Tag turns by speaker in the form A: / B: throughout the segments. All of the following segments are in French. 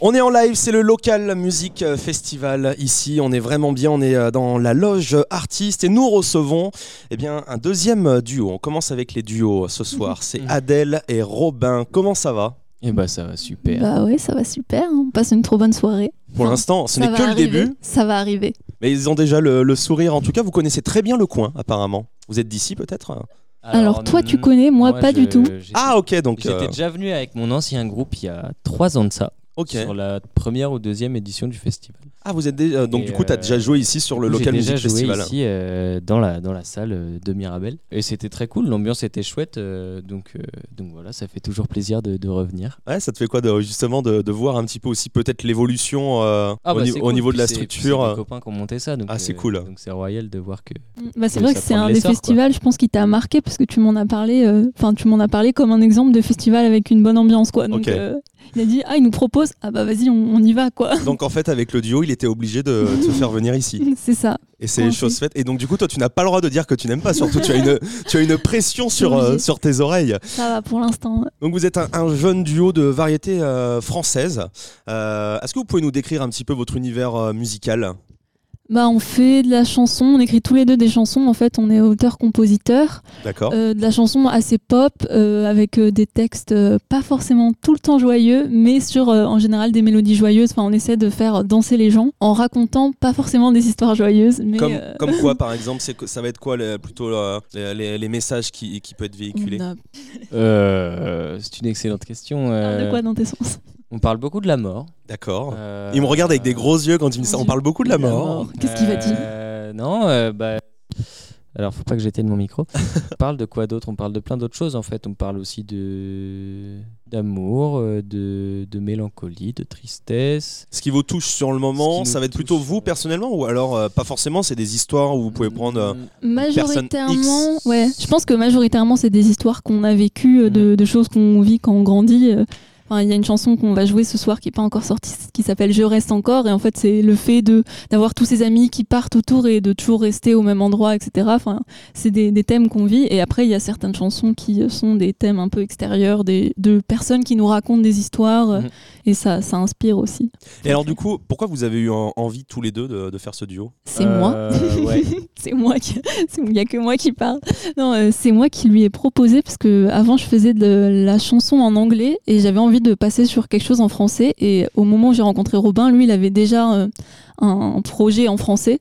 A: On est en live, c'est le local musique festival ici. On est vraiment bien, on est euh, dans la loge artiste et nous recevons eh bien, un deuxième duo. On commence avec les duos ce
B: Mhm.
A: soir. C'est Adèle et Robin. Comment ça va
B: Et bah ça va super.
C: Bah oui, ça va super. On passe une trop bonne soirée.
A: Pour l'instant, ce
C: Ça
A: n'est
C: va
A: que le
C: arriver,
A: début,
C: Ça va arriver.
A: mais ils ont déjà le, le sourire. En tout cas, vous connaissez très bien le coin, apparemment. Vous êtes d'ici peut-être
C: Alors, toi, tu connais, moi, pas
B: mm, je-
C: du tout.
B: j'étais-
A: Ah ok, donc...
B: J'étais
A: euh,
B: déjà venu avec mon ancien groupe il y a trois ans de ça,
A: ok.
B: sur la première ou deuxième édition du festival.
A: Ah, vous êtes déjà... Donc
B: Et,
A: du coup, tu as
B: euh,
A: déjà joué ici sur le
B: J'ai
A: local
B: déjà
A: musique
B: joué
A: festival.
B: ici euh, dans la dans la salle euh, de Mirabel et c'était très cool. L'ambiance était chouette, euh, donc euh, donc voilà, ça fait toujours plaisir de, de revenir.
A: Ouais, ça te fait quoi de, justement de, de voir un petit peu aussi peut-être l'évolution euh,
B: Ah,
A: au,
B: bah,
A: ni-
B: c'est
A: au
B: cool.
A: niveau de
B: Puis
A: la
B: c'est- puis
A: structure
B: C'est des
A: euh,
B: copains qui ont monté ça, donc
A: Ah, c'est
B: euh,
A: cool.
B: Donc c'est royal de voir que.
C: Bah, c'est
B: Oui,
C: vrai
B: ça
C: que c'est
B: prend de
C: un des
B: l'essor, quoi.
C: festivals, je pense, qui t'a marqué parce que tu m'en as parlé. euh, Enfin, tu m'en as parlé comme un exemple de festival avec une bonne ambiance, quoi. Donc,
A: Ok.
C: euh, il a dit ah, il nous propose, ah bah vas-y, on, on y va, quoi.
A: Donc en fait, avec le duo, il était obligé de te faire venir ici.
C: c'est ça.
A: Et c'est
C: Ouais,
A: chose faite. Et donc du coup, toi, tu n'as pas le droit de dire que tu n'aimes pas. Surtout, tu as une, tu as une pression sur, euh,
C: Oui.
A: sur tes oreilles.
C: Ça va pour l'instant.
A: Donc vous êtes un, un jeune duo de variété euh, française. Euh, Est-ce que vous pouvez nous décrire un petit peu votre univers euh, musical
C: Bah, on fait de la chanson, on écrit tous les deux des chansons. En fait, on est auteur-compositeur.
A: D'accord
C: Euh, de la chanson assez pop euh, avec euh, des textes euh, pas forcément tout le temps joyeux mais sur euh, en général des mélodies joyeuses enfin on essaie de faire danser les gens en racontant pas forcément des histoires joyeuses mais
A: comme,
C: euh,
A: comme quoi, par exemple, c'est que- ça va être quoi le- plutôt euh, les, les- les messages qui, qui peuvent être véhiculés
C: on a-
B: Euh, c'est une excellente question.
C: parle Ah, de
B: euh,
C: quoi dans tes sens
B: on parle beaucoup de la mort.
A: D'accord.
B: Euh,
A: Oh. Il me regarde avec des gros yeux quand il me dit ça. On parle beaucoup de la
C: La
A: mort.
C: mort. Qu'est-ce qu'il va dire
B: Euh, Non, euh, bah. Alors, faut pas que j'éteigne mon micro. on parle de quoi d'autre On parle de plein d'autres choses en fait. On parle aussi de d'amour, euh, de... de mélancolie, de tristesse.
A: Ce qui vous touche sur le
B: Ce
A: moment,
B: qui nous
A: ça va être plutôt
B: touche,
A: vous
B: euh,
A: personnellement ou alors euh, pas forcément, c'est des histoires où vous
B: Mm.
A: pouvez prendre. euh,
C: majoritairement
A: personne X.
C: ouais je pense que majoritairement c'est des histoires qu'on a vécues euh, de, de choses qu'on vit quand on grandit euh. Enfin, il y a une chanson qu'on va jouer ce soir qui n'est pas encore sortie, qui s'appelle Je reste encore. Et en fait, c'est le fait de d'avoir tous ses amis qui partent autour et de toujours rester au même endroit, etc. Enfin, c'est des, des thèmes qu'on vit. Et après, il y a certaines chansons qui euh, sont des thèmes un peu extérieurs, des, de personnes qui nous racontent des histoires. euh,
B: Mhm.
C: Et ça, ça inspire aussi.
A: Et alors, du coup, pourquoi vous avez eu en- envie tous les deux de, de faire ce duo
C: C'est
B: Euh,
C: moi.
B: ouais.
C: c'est moi qui c'est- il y a que moi qui parle non euh, c'est moi qui lui ai proposé parce que avant je faisais de la chanson en anglais et j'avais envie de passer sur quelque chose en français et au moment où j'ai rencontré Robin lui il avait déjà euh, un projet en français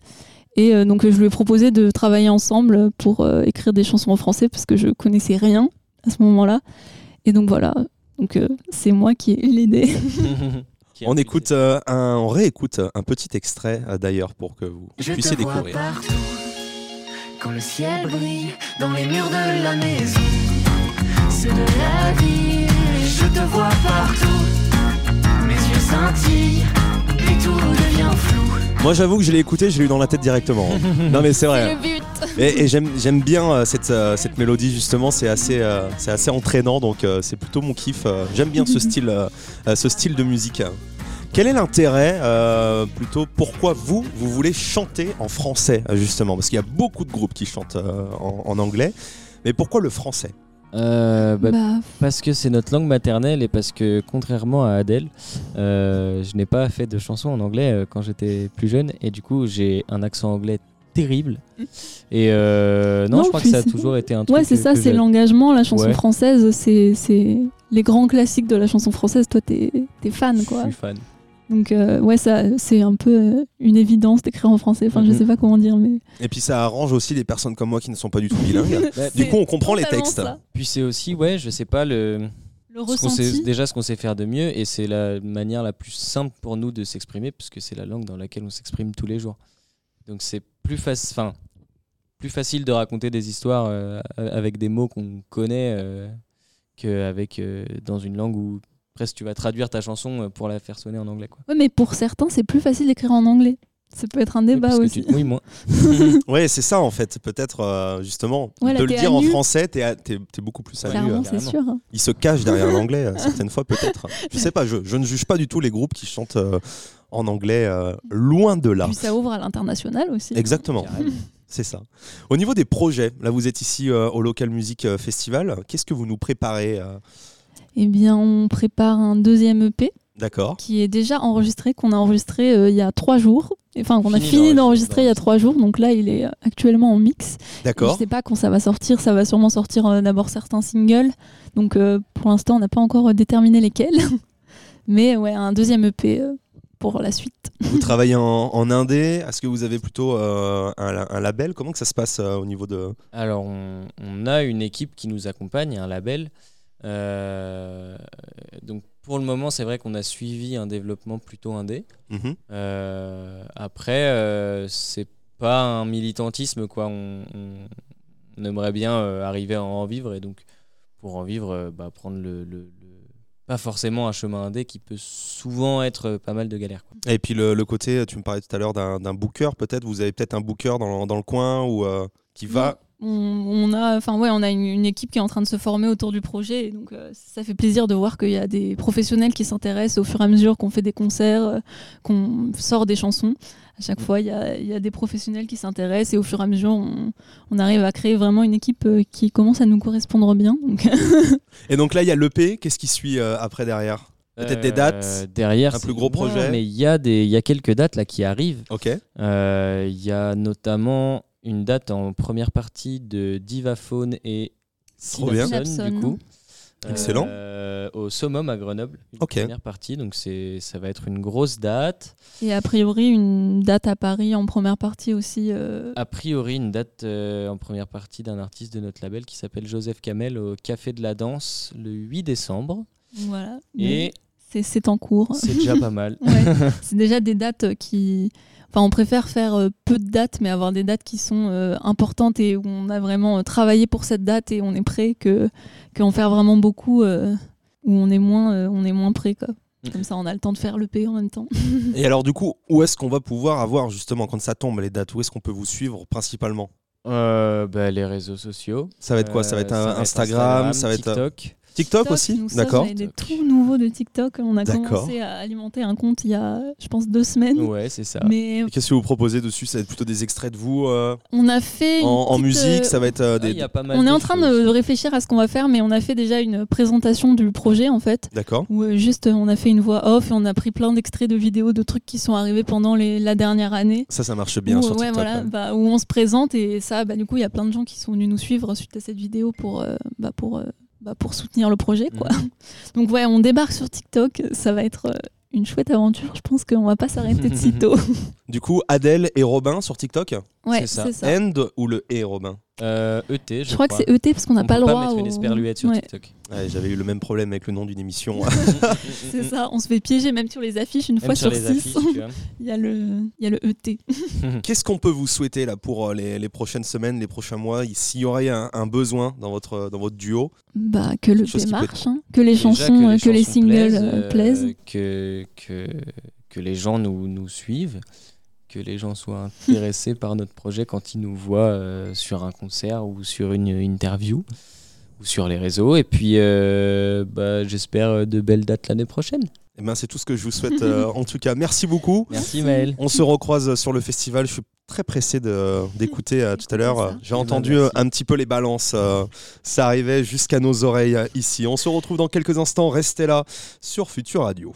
C: et euh, donc je lui ai proposé de travailler ensemble pour euh, écrire des chansons en français parce que je connaissais rien à ce moment-là et donc voilà donc euh, c'est moi qui ai eu l'idée
B: Qui a
A: On
B: fait-
A: écoute, euh, un, on réécoute un petit extrait euh, d'ailleurs pour que vous
D: Je
A: puissiez
D: te vois
A: découvrir.
D: partout quand le ciel brille dans les murs de la maison. C'est de la vie. Je te vois partout. Mes yeux scintillent et tout devient flou.
A: Moi, j'avoue que je l'ai écouté, je l'ai eu dans la tête directement. non, mais c'est vrai. Et, et j'aime j'aime bien euh, cette, euh, cette mélodie justement. C'est assez, euh, c'est assez entraînant, donc euh, c'est plutôt mon kiff. euh, j'aime bien ce style, euh, euh, ce style de musique. Quel est l'intérêt, euh, plutôt, pourquoi vous, vous voulez chanter en français, euh, justement Parce qu'il y a beaucoup de groupes qui chantent euh, en, en anglais. Mais pourquoi le français
B: Euh, bah,
C: Bah,
B: Parce que c'est notre langue maternelle et parce que contrairement à Adèle, euh, je n'ai pas fait de chansons en anglais euh, quand j'étais plus jeune et du coup j'ai un accent anglais terrible. Et euh,
C: Mmh.
B: non,
C: Non,
B: je crois que
C: puis
B: ça a
C: c'est-
B: toujours été un truc.
C: Ouais, c'est
B: que-
C: ça,
B: que
C: c'est
B: j'ai-
C: l'engagement. La chanson
B: Ouais.
C: française, c'est c'est les grands classiques de la chanson française. Toi, t'es es fan, quoi.
B: Je suis fan.
C: Donc, euh, ouais, ça, c'est un peu euh, une évidence d'écrire en français. Enfin, je
B: Mhm.
C: sais pas comment dire, mais.
A: Et puis ça arrange aussi des personnes comme moi qui ne sont pas du tout bilingues. du
C: C'est
A: coup, on comprend les
C: totalement
A: textes.
C: ça.
B: Puis c'est aussi, ouais, je sais pas, le,
C: Le
B: ce qu'on sait-
C: ressenti.
B: déjà ce qu'on sait faire de mieux et c'est la manière la plus simple pour nous de s'exprimer puisque c'est la langue dans laquelle on s'exprime tous les jours. Donc c'est plus facile, enfin, plus facile de raconter des histoires euh, avec des mots qu'on connaît euh, qu'avec euh, dans une langue où presque tu vas traduire ta chanson euh, pour la faire sonner en anglais quoi.
C: Ouais, mais pour certains, c'est plus facile d'écrire en anglais. Ça peut être un
B: Oui,
C: débat
B: parce que
C: Eh bah aussi.
B: tu- oui, moi.
A: Ouais, c'est ça en fait. Peut-être euh, justement
C: Ouais, là,
A: de le
C: t'es à
A: dire en
C: nu.
A: français, t'es à- t'es t'es beaucoup plus à nu.
C: Clairement,
A: euh.
C: c'est
B: carrément.
C: sûr.
A: Ils se cachent derrière l'anglais euh, certaines fois peut-être. Je sais pas. Je, je ne juge pas du tout les groupes qui chantent euh, en anglais. euh, loin de là.
C: Puis ça ouvre à l'international aussi.
A: Exactement.
B: Carrément.
A: C'est ça. Au niveau des projets, là vous êtes ici euh, au Local Music euh, Festival. Qu'est-ce que vous nous préparez euh
C: Eh bien, on prépare un deuxième EP
A: D'accord.
C: qui est déjà enregistré, qu'on a enregistré euh, il y a trois jours. Enfin, qu'on a
B: Fini
C: fini
B: d'enregistrer,
C: d'enregistrer il y a trois jours. Donc là, il est euh, actuellement en mix. Je
A: D'accord.
C: sais pas quand ça va sortir. Ça va sûrement sortir euh, d'abord certains singles. Donc euh, pour l'instant, on n'a pas encore euh, déterminé lesquels. Mais ouais, un deuxième EP euh, pour la suite.
A: Vous travaillez en, en indé. Est-ce que vous avez plutôt euh, un, la- un label Comment que ça se passe euh, au niveau de
B: Alors, on, on a une équipe qui nous accompagne, un label. Euh, donc, pour le moment, c'est vrai qu'on a suivi un développement plutôt indé.
A: Mhm.
B: Euh, après, euh, c'est pas un militantisme, quoi. On, on- on aimerait bien euh, arriver à en vivre et donc, pour en vivre, euh, bah, prendre le, le- le- pas forcément un chemin indé qui peut souvent être euh, pas mal de galères. quoi.
A: Et puis le, le côté, tu me parlais tout à l'heure d'un d'un booker. Peut-être vous avez peut-être un booker dans, dans le coin ou euh, qui va.
C: On, on a, enfin ouais, on a une, une équipe qui est en train de se former autour du projet. Et donc euh, ça fait plaisir de voir qu'il y a des professionnels qui s'intéressent au fur et à mesure qu'on fait des concerts, euh, qu'on sort des chansons. À chaque fois, il y a, il y a des professionnels qui s'intéressent et au fur et à mesure, on, on arrive à créer vraiment une équipe euh, qui commence à nous correspondre bien. Donc,
A: Et donc là, il y a l'EP. Qu'est-ce qui suit euh, après derrière Peut-être des dates,
B: Euh, derrière
A: un
B: c'est
A: plus gros
B: loin,
A: projet.
B: Mais il y a des, il y a quelques dates là qui arrivent.
A: Ok.
B: Euh, Il y a notamment une date en première partie de Divaphone et
A: Trop bien.
B: Synapson, du
C: Synapson.
B: coup.
A: Excellent.
B: Euh, au Summum à Grenoble. Une
A: Ok.
B: Première partie, donc c'est, ça va être une grosse date.
C: et a priori, une date à Paris en première partie aussi. euh,
B: A priori, une date euh, en première partie d'un artiste de notre label qui s'appelle Joseph Kamel au Café de la Danse le 8 décembre.
C: voilà.
B: Et
C: Mais c'est- c'est en cours.
B: c'est déjà pas mal.
C: Ouais, c'est déjà des dates euh, qui. Enfin, on préfère faire euh, peu de dates, mais avoir des dates qui sont euh, importantes et où on a vraiment euh, travaillé pour cette date et on est prêt que qu'en faire vraiment beaucoup euh, où on est moins euh, on est moins prêt quoi.
B: Mm.
C: Comme ça, on a le temps de faire le P en même temps.
A: Et alors du coup, où est-ce qu'on va pouvoir avoir justement quand ça tombe les dates Où est-ce qu'on peut vous suivre principalement
B: Euh, bah, les réseaux sociaux.
A: Ça va être quoi Ça va être
B: Euh,
A: un- Instagram, ça va être euh,
B: TikTok.
A: TikTok aussi
C: nous sommes
A: D'accord.
C: avec des tout nouveaux de TikTok. On a
A: D'accord.
C: commencé à alimenter un compte il y a, je pense, deux semaines.
B: Ouais, c'est ça.
C: Mais
A: Et Qu'est-ce que vous proposez dessus Ça va être plutôt des extraits de vous euh,
C: on a fait.
A: en,
C: une
A: en
C: petite,
A: musique
C: euh,
A: Ça va être euh,
B: Ah,
A: des.
B: il y a pas mal
C: On est
B: de
C: en train
B: choses.
C: de réfléchir à ce qu'on va faire, mais on a fait déjà une présentation du projet en fait.
A: D'accord.
C: où euh, juste euh, on a fait une voix off et on a pris plein d'extraits de vidéos de trucs qui sont arrivés pendant les- la dernière année.
A: Ça, ça marche bien
C: où,
A: sur
C: euh, ouais,
A: TikTok.
C: voilà,
A: hein.
C: bah, où on se présente et ça, bah, du coup, il y a plein de gens qui sont venus nous suivre suite à cette vidéo pour, euh, bah, pour, euh, bah, pour soutenir le projet. Quoi.
B: Mhm.
C: Donc ouais, on débarque sur TikTok, ça va être euh, une chouette aventure, je pense qu'on va pas s'arrêter de sitôt.
A: Du coup, Adèle et Robin sur TikTok.
C: ouais,
B: C'est ça.
C: c'est ça.
A: End ou le et Robin
B: Euh, ET, je,
C: Je crois que c'est ET parce qu'on n'a
B: On
C: Ah, pas
B: peut
C: le
B: pas
C: droit.
B: mettre une
C: au-
B: esperluette sur
C: Ouais,
B: TikTok.
A: Ouais, J'avais eu le même problème avec le nom d'une émission.
C: C'est ça, on se fait piéger même sur les affiches une fois
B: Même sur
C: sur
B: les
C: six.
B: affiches, tu vois.
C: Il y a le il y a le E ET.
A: Qu'est-ce qu'on peut vous souhaiter là pour euh, les, les prochaines semaines, les prochains mois y- S'il y aurait un, un besoin dans votre, euh, dans votre duo,
C: Bah, que le
A: Chose
C: P
A: qui peut être-
C: marche, hein. que les
B: Déjà,
C: chansons, euh, que les,
B: chansons
C: singles
B: euh,
C: euh, plaisent.
B: Que, que, que les gens nous, nous suivent, que les gens soient intéressés par notre projet quand ils nous voient euh, sur un concert ou sur une interview ou sur les réseaux. Et puis, euh, bah, j'espère euh, de belles dates l'année prochaine.
A: eh ben, c'est tout ce que je vous souhaite. euh, en tout cas, merci beaucoup.
B: Merci Maël.
A: On se recroise euh, sur le festival. Je suis très pressé de- d'écouter euh, tout à l'heure.
C: Ça.
A: euh, J'ai
B: Eh ben,
A: entendu
B: merci.
A: euh, un petit peu les balances. euh, ça arrivait jusqu'à nos oreilles euh, ici. On se retrouve dans quelques instants. Restez là sur Future Radio.